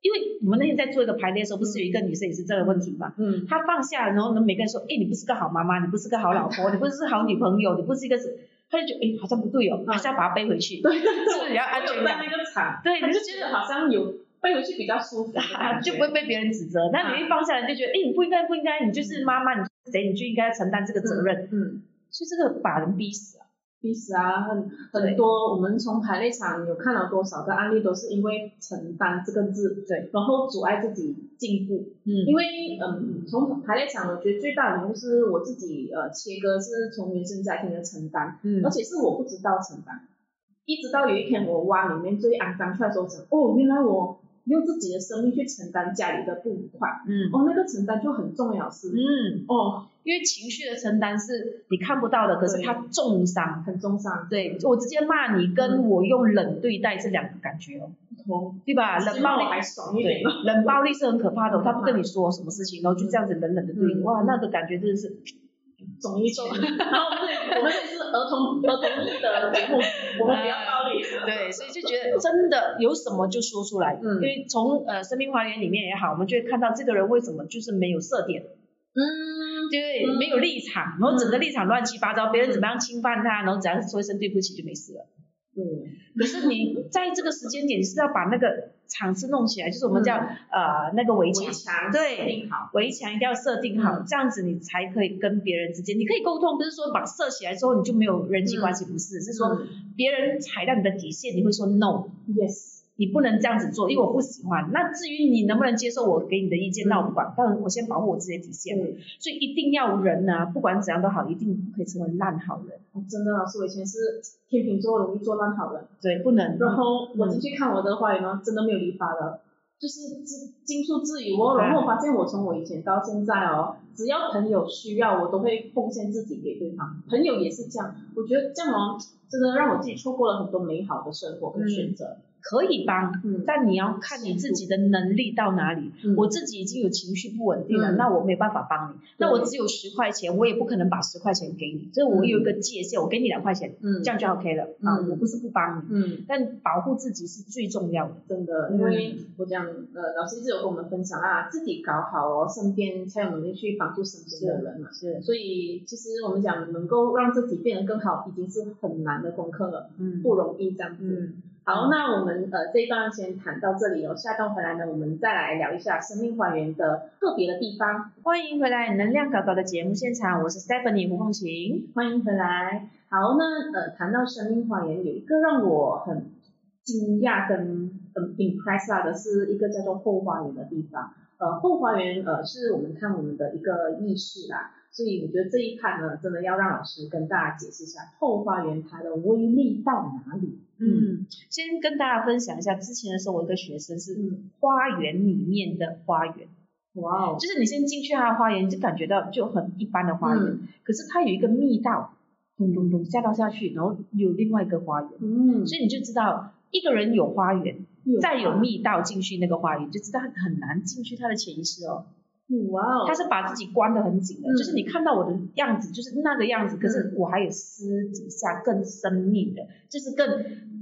Speaker 3: 因为我们那天在做一个排列的时候，不是有一个女生也是这个问题嘛？
Speaker 4: 嗯，
Speaker 3: 她放下，然后呢，每个人说，哎，你不是个好妈妈，你不是个好老婆，你不是好女朋友，你不是一个是，她就觉得，哎，好像不对哦，
Speaker 4: 嗯
Speaker 3: 还是要把它背回去，
Speaker 4: 对对
Speaker 3: 是不是
Speaker 4: 对，
Speaker 3: 比较安全
Speaker 4: 我有在那
Speaker 3: 感？
Speaker 4: 个场，
Speaker 3: 对，
Speaker 4: 你
Speaker 3: 你
Speaker 4: 就
Speaker 3: 就
Speaker 4: 觉
Speaker 3: 觉
Speaker 4: 得
Speaker 3: 得
Speaker 4: 好像有背回去比较舒服
Speaker 3: [LAUGHS]
Speaker 4: 的
Speaker 3: 啊，
Speaker 4: 感觉，啊
Speaker 3: 就不会被别人指责。那你一放下来，就觉得，哎，你不应该，不应该，你就是妈妈，你是谁，你就应该承担这个责任。
Speaker 4: 嗯。
Speaker 3: 所以这个把人逼死啊。
Speaker 4: 逼死啊，很
Speaker 3: 对
Speaker 4: 很多。我们从排列场有看到多少个案例，都是因为承担这个字，
Speaker 3: 对，
Speaker 4: 然后阻碍自己进步。
Speaker 3: 嗯
Speaker 4: 因为嗯，从排列场，我觉得最大的领悟是我自己呃切割，是从原生家庭的承担，
Speaker 3: 嗯
Speaker 4: 而且是我不知道承担，一直到有一天我挖里面最肮脏出来的时候，想哦，原来我用自己的生命去承担家里的不愉快，
Speaker 3: 嗯
Speaker 4: 哦，那个承担就很重要，是，
Speaker 3: 嗯，
Speaker 4: 哦，
Speaker 3: 因为情绪的承担是你看不到的，可是它重伤。
Speaker 4: 很重伤，
Speaker 3: 对我直接骂你，
Speaker 4: 嗯
Speaker 3: 跟我用冷对待是两个感觉哦，
Speaker 4: 哦，
Speaker 3: 对吧？冷
Speaker 4: 希
Speaker 3: 暴
Speaker 4: 望
Speaker 3: 力
Speaker 4: 我还爽一
Speaker 3: 对
Speaker 4: 点。，
Speaker 3: 冷暴力是很可怕的哦，他不跟你说什么事情，然后就这样子冷冷的对你，
Speaker 4: 嗯
Speaker 3: 哇，那个感觉真的是，
Speaker 4: 总一周，然后对， [LAUGHS] 我们也是儿
Speaker 3: [LAUGHS]
Speaker 4: 童儿童力的节目，我们比较暴力。
Speaker 3: 对，所以就觉得 [LAUGHS] 真的有什么就说出来，
Speaker 4: 嗯
Speaker 3: 因为从呃生命花园里面也好，我们就会看到这个人为什么就是没有色点，
Speaker 4: 嗯，
Speaker 3: 对，
Speaker 4: 嗯
Speaker 3: 没有立场，然后整个立场乱七八糟，别人怎么样侵犯他，然后只要说一声对不起就没事了。
Speaker 4: 对，
Speaker 3: 可是你在这个时间点，你是要把那个场次弄起来，就是我们叫、呃那个围墙
Speaker 4: 围，墙
Speaker 3: 对
Speaker 4: 设定好，
Speaker 3: 围墙一定要设定好，
Speaker 4: 嗯
Speaker 3: 这样子你才可以跟别人之间，你可以沟通，不是说把设起来之后你就没有人际关系，不是，是说别人踩到你的底线，你会说 no，
Speaker 4: yes，
Speaker 3: 你不能这样子做，因为我不喜欢。那至于你能不能接受我给你的意见，
Speaker 4: 嗯
Speaker 3: 那我不管，但我先保护我自己的底线。
Speaker 4: 对，
Speaker 3: 所以一定要人啊，不管怎样都好，一定不可以成为烂好人，
Speaker 4: 哦真的，老师，我以前是天秤座，容易做烂好人。
Speaker 3: 对，不能。
Speaker 4: 然后我进去看我的花园呢，真的没有理发了，就是自金处自由哦。
Speaker 3: 啊
Speaker 4: 然后我发现我从我以前到现在哦，只要朋友需要，我都会奉献自己给对方。朋友也是这样，我觉得这样哦，真的让我自己错过了很多美好的生活跟选择。
Speaker 3: 可以帮，
Speaker 4: 嗯
Speaker 3: 但你要看你自己的能力到哪里。
Speaker 4: 嗯
Speaker 3: 我自己已经有情绪不稳定了，
Speaker 4: 嗯
Speaker 3: 那我没有办法帮你。那我只有十块钱，我也不可能把十块钱给你，所以我有一个界限，我给你两块钱，
Speaker 4: 嗯，
Speaker 3: 这样就 OK 了啊。
Speaker 4: 嗯
Speaker 3: 我不是不帮你，
Speaker 4: 嗯，
Speaker 3: 但保护自己是最重要的。
Speaker 4: 真
Speaker 3: 嗯
Speaker 4: 的，因为我讲呃，老师一直有跟我们分享啊，自己搞好哦，身边才有能力去帮助身边的人嘛。
Speaker 3: 是，
Speaker 4: 所以其实我们讲能够让自己变得更好，已经是很难的功课了，
Speaker 3: 嗯
Speaker 4: 不容易这样子。
Speaker 3: 嗯，
Speaker 4: 好，那我们呃这一段先谈到这里哦，下段回来呢，我们再来聊一下生命还原的特别的地方。
Speaker 3: 欢迎回来《能量搞搞》的节目现场，我是 Stephanie 胡凤琴。
Speaker 4: 欢迎回来。好，那呃，谈到生命花园，有一个让我很惊讶跟很 impress 啦的是一个叫做后花园的地方。呃，后花园呃是我们看我们的一个意识啦，所以我觉得这一趴呢，真的要让老师跟大家解释一下后花园它的威力到哪里。
Speaker 3: 嗯，先跟大家分享一下，之前的时候我有一个学生是花园里面的花园，
Speaker 4: 嗯哇哦，
Speaker 3: 就是你先进去他的花园，你就感觉到就很一般的花园，
Speaker 4: 嗯
Speaker 3: 可是它有一个密道，咚咚咚下到下去，然后有另外一个花园，
Speaker 4: 嗯，
Speaker 3: 所以你就知道一个人有花园，再有密道进去那个花园，就知道很难进去他的潜意识哦。
Speaker 4: 嗯，哇哦，
Speaker 3: 他是把自己关得很紧的，
Speaker 4: 嗯
Speaker 3: 就是你看到我的样子就是那个样子，可是我还有私底下更生命的，就是更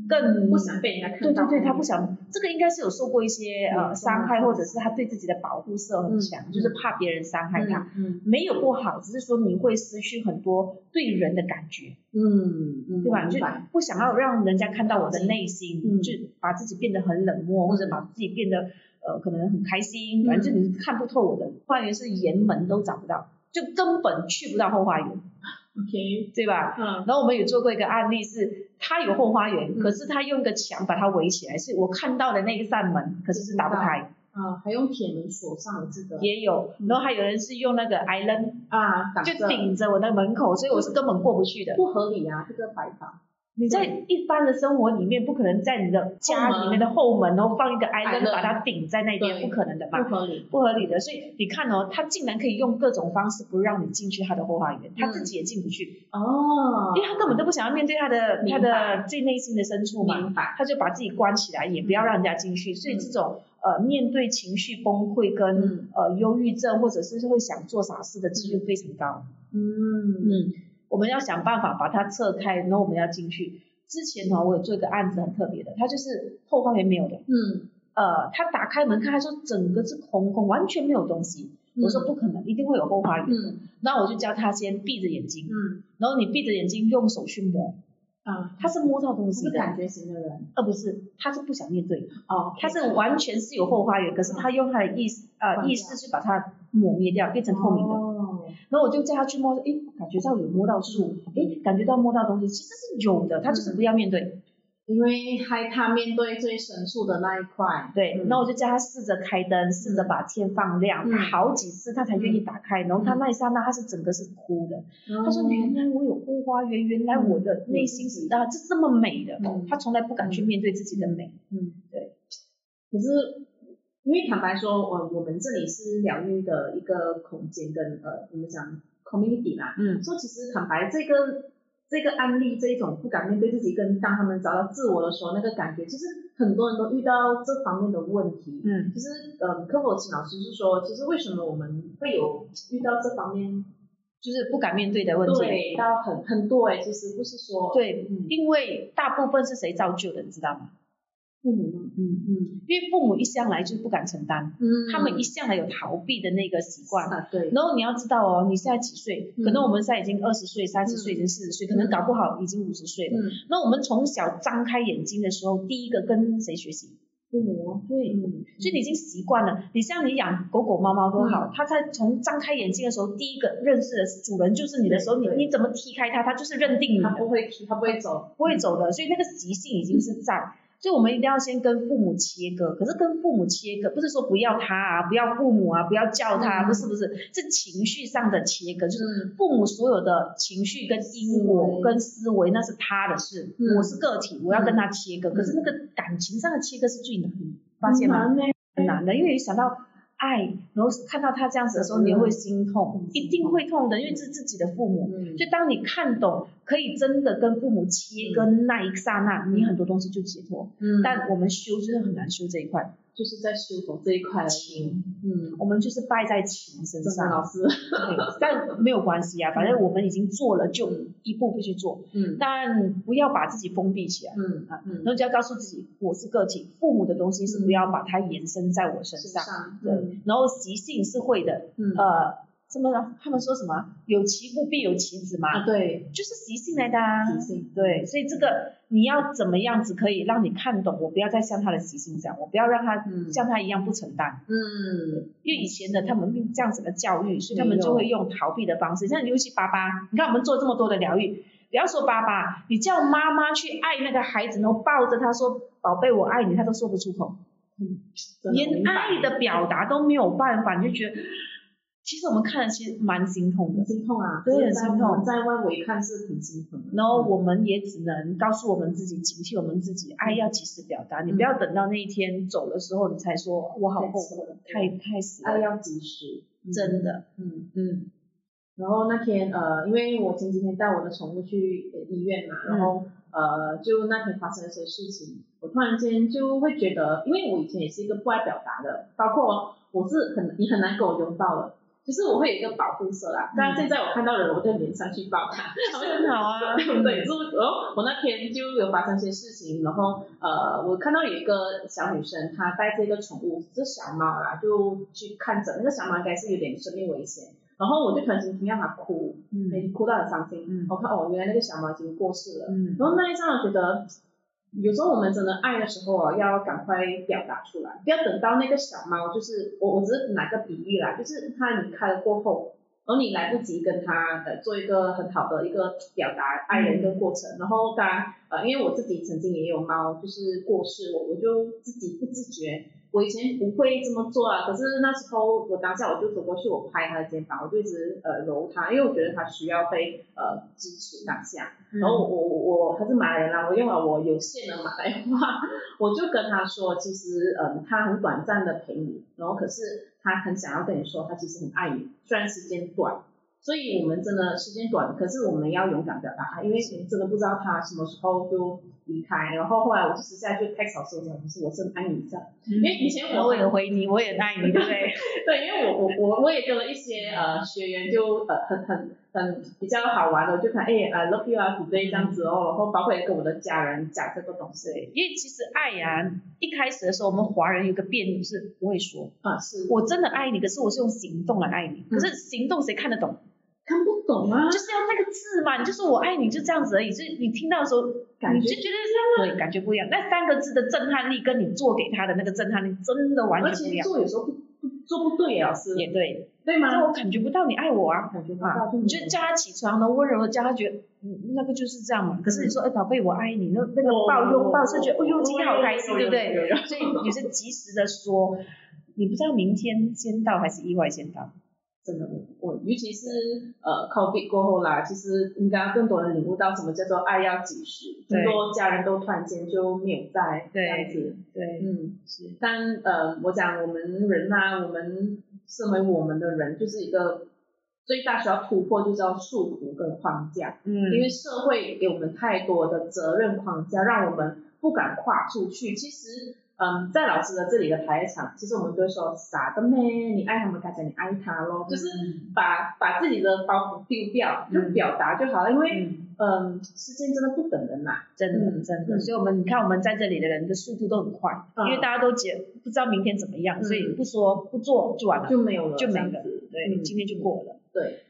Speaker 3: 更
Speaker 4: 不想被人家看
Speaker 3: 对
Speaker 4: 到，
Speaker 3: 对对，他不想，这个应该是有受过一些
Speaker 4: 嗯
Speaker 3: 呃伤害，
Speaker 4: 嗯
Speaker 3: 或者是他对自己的保护色很强，
Speaker 4: 嗯
Speaker 3: 就是怕别人伤害他。
Speaker 4: 嗯
Speaker 3: 没有不好，只是说你会失去很多对人的感觉，
Speaker 4: 嗯嗯，
Speaker 3: 对吧？
Speaker 4: 明
Speaker 3: 就
Speaker 4: 白
Speaker 3: 不想要让人家看到我的内心，
Speaker 4: 嗯
Speaker 3: 就把自己变得很冷漠，
Speaker 4: 嗯
Speaker 3: 或者把自己变得呃可能很开心，
Speaker 4: 嗯
Speaker 3: 反正你看不透我的花园是沿门都找不到，就根本去不到后花园，
Speaker 4: ，OK，
Speaker 3: 对吧？
Speaker 4: 嗯，
Speaker 3: 然后我们有做过一个案例是，他有后花园，
Speaker 4: 嗯
Speaker 3: 可是他用一个墙把它围起来，是我看到的那一扇门，可是是打不开。
Speaker 4: 啊，还用铁门锁上，我记得
Speaker 3: 也有，
Speaker 4: 嗯
Speaker 3: 然后还有人是用那个 island
Speaker 4: 啊，挡
Speaker 3: 就
Speaker 4: 着
Speaker 3: 顶着我的门口，所以我是根本过不去的。
Speaker 4: 不合理啊，这个摆法，
Speaker 3: 你在一般的生活里面，不可能在你的家里面的后门，然后放一个
Speaker 4: island
Speaker 3: island 把它顶在那边，
Speaker 4: 对嗯
Speaker 3: 不可能的
Speaker 4: 不
Speaker 3: 嘛。
Speaker 4: 合理，
Speaker 3: 不合理的，所以你看哦，他竟然可以用各种方式不让你进去他的后花园，
Speaker 4: 嗯
Speaker 3: 他自己也进不去，
Speaker 4: 哦，
Speaker 3: 因为他根本都不想要面对他的他
Speaker 4: 明白
Speaker 3: 的最内心的深处嘛。
Speaker 4: 明白，
Speaker 3: 他就把自己关起来，也不要让人家进去。所以这种呃，面对情绪崩溃跟、
Speaker 4: 嗯
Speaker 3: 呃忧郁症，或者是会想做傻事的几率非常高。
Speaker 4: 嗯
Speaker 3: 嗯，我们要想办法把它撤开，然后我们要进去。之前呢，我有做一个案子很特别的，它就是后花园没有的，
Speaker 4: 嗯，
Speaker 3: 呃，他打开门看，他说整个是空空，完全没有东西。我说不可能，一定会有后花园。
Speaker 4: 嗯
Speaker 3: 那我就叫他先闭着眼睛，
Speaker 4: 嗯
Speaker 3: 然后你闭着眼睛用手去摸，
Speaker 4: 啊，
Speaker 3: 他是摸到东
Speaker 4: 我
Speaker 3: 西
Speaker 4: 是
Speaker 3: 的，呃
Speaker 4: 感觉型的人
Speaker 3: 而不是他是不想面对。
Speaker 4: 哦
Speaker 3: 他是完全是有后花园，可是他用他的意识
Speaker 4: 关
Speaker 3: 呃
Speaker 4: 掉
Speaker 3: 意识去把它抹灭掉，变成透明的。
Speaker 4: 的，
Speaker 3: 然后我就叫他去摸，诶，感觉到有摸到树，诶，感觉到摸到东西，其实是有的，他就是不要面对。
Speaker 4: 因为害怕面对最深处的那一块，
Speaker 3: 对，
Speaker 4: 嗯
Speaker 3: 那我就叫他试着开灯，试着把天放
Speaker 4: 嗯
Speaker 3: 亮，他好几次他才愿意打开。然后他那一刹那他是整个是哭的，他
Speaker 4: 他
Speaker 3: 说原来我有后花园，原来我的内心是啊这这么美的
Speaker 4: 嗯，
Speaker 3: 他从来不敢去面对自己的美。
Speaker 4: 嗯，
Speaker 3: 对。
Speaker 4: 可是，因为坦白说，哦我我们这里是疗愈的一个空间跟呃，我们讲 community 啦，
Speaker 3: 嗯
Speaker 4: 所以其实坦白这个这个案例，这一种不敢面对自己跟当他们找到自我的时候，那个感觉，其实很多人都遇到这方面的问题。
Speaker 3: 嗯
Speaker 4: 其实，呃，科普琴老师是说，其实为什么我们会有遇到这方面
Speaker 3: 就是不敢面对的问题。
Speaker 4: 对到很很多哎、其实不是说
Speaker 3: 对
Speaker 4: 嗯，
Speaker 3: 因为大部分是谁造就的，你知道吗？
Speaker 4: 父母
Speaker 3: 嗯，
Speaker 4: 嗯
Speaker 3: 因为父母一向来就是不敢承担，
Speaker 4: 嗯
Speaker 3: 他们一向来有逃避的那个习惯。
Speaker 4: 啊对
Speaker 3: 然后你要知道哦，你现在几岁？
Speaker 4: 嗯
Speaker 3: 可能我们现在已经二十岁、三十岁，
Speaker 4: 嗯
Speaker 3: 已经四十岁，可能搞不好已经五十岁了。
Speaker 4: 嗯
Speaker 3: 那我们从小张开眼睛的时候，第一个跟谁学习？
Speaker 4: 父母
Speaker 3: 对
Speaker 4: 嗯
Speaker 3: 所以你已经习惯了。你像你养狗狗、猫猫都
Speaker 4: 嗯
Speaker 3: 好，它在从张开眼睛的时候，第一个认识的主人就是你的时候，你
Speaker 4: 对对
Speaker 3: 你怎么踢开它，它就是认定你
Speaker 4: 他
Speaker 3: 的。
Speaker 4: 不会踢，他不会走，嗯
Speaker 3: 不会走的，所以那个习性已经是在。所以我们一定要先跟父母切割，可是跟父母切割不是说不要他啊，不要父母啊，不要叫他
Speaker 4: 嗯
Speaker 3: 啊，不是不是，是情绪上的切割，就是
Speaker 4: 嗯
Speaker 3: 父母所有的情绪跟因
Speaker 4: 思维
Speaker 3: 我跟思维那是他的事，
Speaker 4: 嗯
Speaker 3: 我是个体，我要跟他切割，
Speaker 4: 嗯
Speaker 3: 可是那个感情上的切割是最难的，发现吗？
Speaker 4: 很难呢欸
Speaker 3: 很难的，因为你想到爱，然后看到他这样子的时候，
Speaker 4: 嗯
Speaker 3: 你会心痛
Speaker 4: 嗯，
Speaker 3: 一定会痛的，因为是自己的父母，
Speaker 4: 嗯
Speaker 3: 所以当你看懂，可以真的跟父母切割那一刹那，你很多东西就解脱。
Speaker 4: 嗯
Speaker 3: 但我们修就是很难修这一块，
Speaker 4: 就是在修复这一块而已，嗯，
Speaker 3: 我们就是败在情身
Speaker 4: 郑山
Speaker 3: 上。
Speaker 4: 老师，
Speaker 3: 对但没有关系啊，反正我们已经做了，就
Speaker 4: 嗯
Speaker 3: 一步步去做。
Speaker 4: 嗯
Speaker 3: 但不要把自己封闭起来，
Speaker 4: 嗯
Speaker 3: 啊
Speaker 4: 嗯
Speaker 3: 然，后就要告诉自己，我是个体，父母的东西是不要把它延伸在我身上。
Speaker 4: 上
Speaker 3: 对，然后习性是会的，
Speaker 4: 嗯
Speaker 3: 呃，什么呢？他们说什么？有其父必有其子嘛。
Speaker 4: 啊对，
Speaker 3: 就是习性来的、啊，
Speaker 4: 习性
Speaker 3: 对，所以这个你要怎么样子可以让你看懂？我不要再像他的习性这样，我不要让他、
Speaker 4: 嗯
Speaker 3: 像他一样不承担，
Speaker 4: 嗯
Speaker 3: 因为以前的他们这样子的教育，所以他们
Speaker 4: 没有
Speaker 3: 就会用逃避的方式，像尤其爸爸，你看我们做这么多的疗愈，不要说爸爸，你叫妈妈去爱那个孩子，然后抱着他说“宝贝，我爱你”，他都说不出口，
Speaker 4: 真的明白
Speaker 3: 连嗯爱的表达都没有办法，你就觉得，其实我们看了其实蛮心痛的
Speaker 4: 很。心痛啊，
Speaker 3: 对
Speaker 4: 这个
Speaker 3: 很
Speaker 4: 在
Speaker 3: 心痛
Speaker 4: 我们在外围看是挺心痛的。
Speaker 3: 然后我们也只能告诉我们自己，警惕我们自
Speaker 4: 嗯
Speaker 3: 己，爱要及时表达，你不要等到那一天走的时候，你才说我好后悔，太
Speaker 4: 太
Speaker 3: 太死
Speaker 4: 爱
Speaker 3: 了，
Speaker 4: 要及时，
Speaker 3: 真的，
Speaker 4: 嗯。
Speaker 3: 嗯
Speaker 4: 然后那天呃，因为我前几天带我的宠物去呃医院嘛，
Speaker 3: 嗯
Speaker 4: 然后、呃，就那天发生一些事情，我突然间就会觉得，因为我以前也是一个不爱表达的，包括我是很你很难跟我拥抱的，就是我会有一个保护色
Speaker 3: 嗯
Speaker 4: 啦。但现在我看到人，我就脸上去抱
Speaker 3: [LAUGHS]
Speaker 4: 他，
Speaker 3: 是很好
Speaker 4: [LAUGHS]
Speaker 3: 啊 [LAUGHS]
Speaker 4: 对对，就是然后我那天就有发生一些事情，然后呃，我看到有一个小女生，她带着一个宠物，是小猫啦，就去看诊，那个小猫应该是有点生命危险。然后我就突然间听到它哭，
Speaker 3: 嗯
Speaker 4: 哭到很伤心。
Speaker 3: 嗯
Speaker 4: 我看哦，原来那个小猫已经过世了。
Speaker 3: 嗯，
Speaker 4: 然后那一刹那觉得，有时候我们真的爱的时候啊，要赶快表达出来，不要等到那个小猫，就是我我只是拿个比喻啦，就是它离开了过后，然后你来不及跟它呃做一个很好的一个表达爱的一个过程。然后当然呃，因为我自己曾经也有猫就是过世，我我就自己不自觉。我以前不会这么做啊，可是那时候我当下我就走过去，我拍它的肩膀，我就一直呃揉它，因为我觉得它需要被呃支持当下。然后我我我他是马来人啊啦，我用了我有限的马来话，我就跟他说，其实嗯，他很短暂的陪你，然后可是他很想要跟你说，他其实很爱你，虽然时间短，所以我们真的时间短，可是我们要勇敢表达爱，因为真的不知道他什么时候就离开。然后后来我就私下就 text 老师讲，就是我真的爱你这样，因为以前我
Speaker 3: 我也回你，我也爱你，对不对？ [LAUGHS]
Speaker 4: 对，因为我我我我也跟了一些呃学员就呃很很很比较好玩的，我就看哎啊 love you 啊之类这样子哦，然后包括也跟我的家人讲这个东西
Speaker 3: 因为其实爱呀、一开始的时候，我们华人有个辩论是不会说，
Speaker 4: 啊，是
Speaker 3: 我真的爱你，可是我是用行动来爱你，可
Speaker 4: 嗯
Speaker 3: 是行动谁看得懂？
Speaker 4: 看不懂啊
Speaker 3: 就是要那个字嘛，你就说我爱你，就这样子而已。就是你听到的时候，
Speaker 4: 感觉
Speaker 3: 你就觉得对，感觉不一样。那三个字的震撼力跟你做给他的那个震撼力真的完
Speaker 4: 而
Speaker 3: 全不一
Speaker 4: 且
Speaker 3: 样。
Speaker 4: 做有时候不不做不对啊，老师
Speaker 3: 也对，
Speaker 4: 对
Speaker 3: 但
Speaker 4: 吗？
Speaker 3: 我感觉不到你爱我啊。
Speaker 4: 感觉不
Speaker 3: 啊
Speaker 4: 到，
Speaker 3: 你就叫他起床呢，温柔的叫他觉得，嗯，那个就是这样嘛。可是你说，哎，宝贝，我爱你，那那个抱拥抱是觉得，哎呦，今天好开心，对不对？
Speaker 4: 对？
Speaker 3: 所以你是及时的说，你不知道明天先到还是意外先到。
Speaker 4: 真的，我我尤其是呃 COVID 过后啦，其实应该更多人领悟到什么叫做爱要及时，很
Speaker 3: 对
Speaker 4: 多家人都突然间就没有在这
Speaker 3: 对
Speaker 4: 样子，
Speaker 3: 对，
Speaker 4: 嗯。
Speaker 3: 是，
Speaker 4: 但呃，我讲我们人呐、我们身为我们的人，就是一个最大需要突破，就是要束缚跟框架，
Speaker 3: 嗯
Speaker 4: 因为社会给我们太多的责任框架，让我们不敢跨出去。其实，嗯，在老师的这里的排场，其实我们都会说傻的咩，你爱他们，该讲你爱他咯，就是把把自己的包袱丢掉，就
Speaker 3: 嗯
Speaker 4: 表达就好了，因为。
Speaker 3: 嗯，
Speaker 4: 嗯，时间真的不等人呐、
Speaker 3: 真的
Speaker 4: 嗯
Speaker 3: 真的。
Speaker 4: 嗯
Speaker 3: 所以我们你看我们在这里的人的速度都很快，
Speaker 4: 嗯
Speaker 3: 因为大家都觉不知道明天怎么样，
Speaker 4: 嗯
Speaker 3: 所以不说不做就完了，
Speaker 4: 就没有了，
Speaker 3: 就没
Speaker 4: 这
Speaker 3: 了
Speaker 4: 样子。
Speaker 3: 对，
Speaker 4: 嗯
Speaker 3: 今天就过了。
Speaker 4: 对，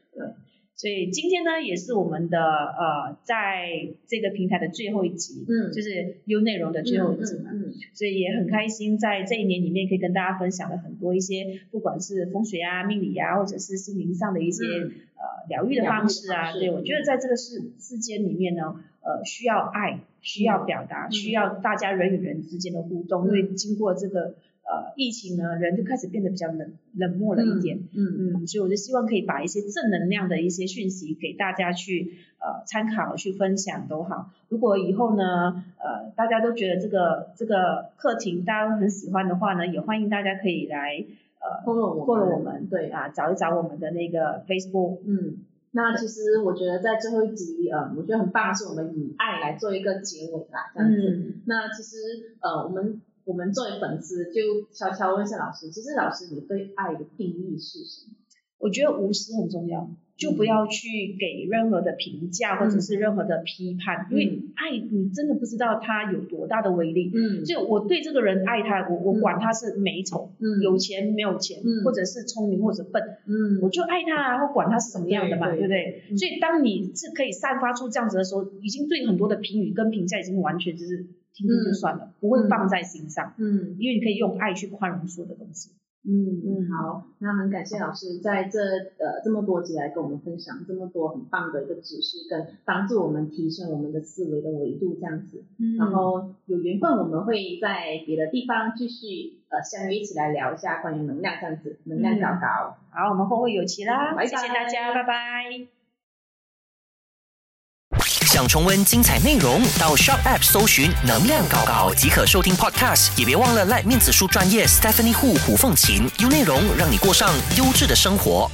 Speaker 3: 所以今天呢，也是我们的呃，在这个平台的最后一集，
Speaker 4: 嗯
Speaker 3: 就是优内容的最后一集嘛，
Speaker 4: 嗯嗯嗯
Speaker 3: 所以也很开心，在这一年里面可以跟大家分享了很多一些，不管是风水啊、命理啊，或者是心灵上的一些、
Speaker 4: 嗯
Speaker 3: 呃疗愈的方式
Speaker 4: 疗
Speaker 3: 啊。
Speaker 4: 愈的方式
Speaker 3: 对，我觉得在这个世世间里面呢，呃，需要爱，需要表达，
Speaker 4: 嗯
Speaker 3: 需要大家人与人之间的互动，因为经过这个呃疫情呢，人就开始变得比较冷冷漠了一点。
Speaker 4: 嗯，嗯
Speaker 3: 嗯，所以我就希望可以把一些正能量的一些讯息给大家去呃参考、去分享都好。如果以后呢，呃，大家都觉得这个这个课题大家都很喜欢的话呢，也欢迎大家可以来呃
Speaker 4: follow 我们
Speaker 3: follow 我们，
Speaker 4: 对
Speaker 3: 啊，找一找我们的那个 Facebook，
Speaker 4: 嗯，那其实我觉得在最后一集，呃，我觉得很棒，是我们以爱来做一个结尾啦，这样子。
Speaker 3: 嗯，
Speaker 4: 那其实呃，我们我们作为粉丝，就悄悄问一下老师，其实老师你对爱的定义是什么？
Speaker 3: 我觉得无私很重要。就
Speaker 4: 嗯
Speaker 3: 不要去给任何的评价或者是任何的批判，因为爱你真的不知道它有多大的威力。
Speaker 4: 嗯
Speaker 3: 就我对这个人爱他，我我管他是美丑，
Speaker 4: 嗯
Speaker 3: 有钱没有钱，
Speaker 4: 嗯
Speaker 3: 或者是聪明或者笨，
Speaker 4: 嗯
Speaker 3: 我就爱他啊，或管他是什么样的嘛，对
Speaker 4: 对
Speaker 3: 不对？
Speaker 4: 嗯
Speaker 3: 所以当你是可以散发出这样子的时候，已经对很多的评语跟评价已经完全就是听听就算了，不会放在心上，
Speaker 4: 嗯
Speaker 3: 因为你可以用爱去宽容所有的东西。
Speaker 4: 嗯
Speaker 3: 嗯
Speaker 4: 好，那很感谢老师在这呃这么多集来跟我们分享这么多很棒的一个知识，跟帮助我们提升我们的思维的维度这样子。然后有缘分我们会在别的地方继续呃相约一起来聊一下关于能量这样子，能量
Speaker 3: 嗯
Speaker 4: 搞搞。
Speaker 3: 好，我们后会有期啦，
Speaker 4: 拜拜
Speaker 3: 谢谢大家，拜拜。
Speaker 5: 想重温精彩内容，到 Shop App 搜寻“能量搞搞”即可收听 Podcast。也别忘了赖面子书专业 Stephanie Hu 胡凤琴，用内容让你过上优质的生活。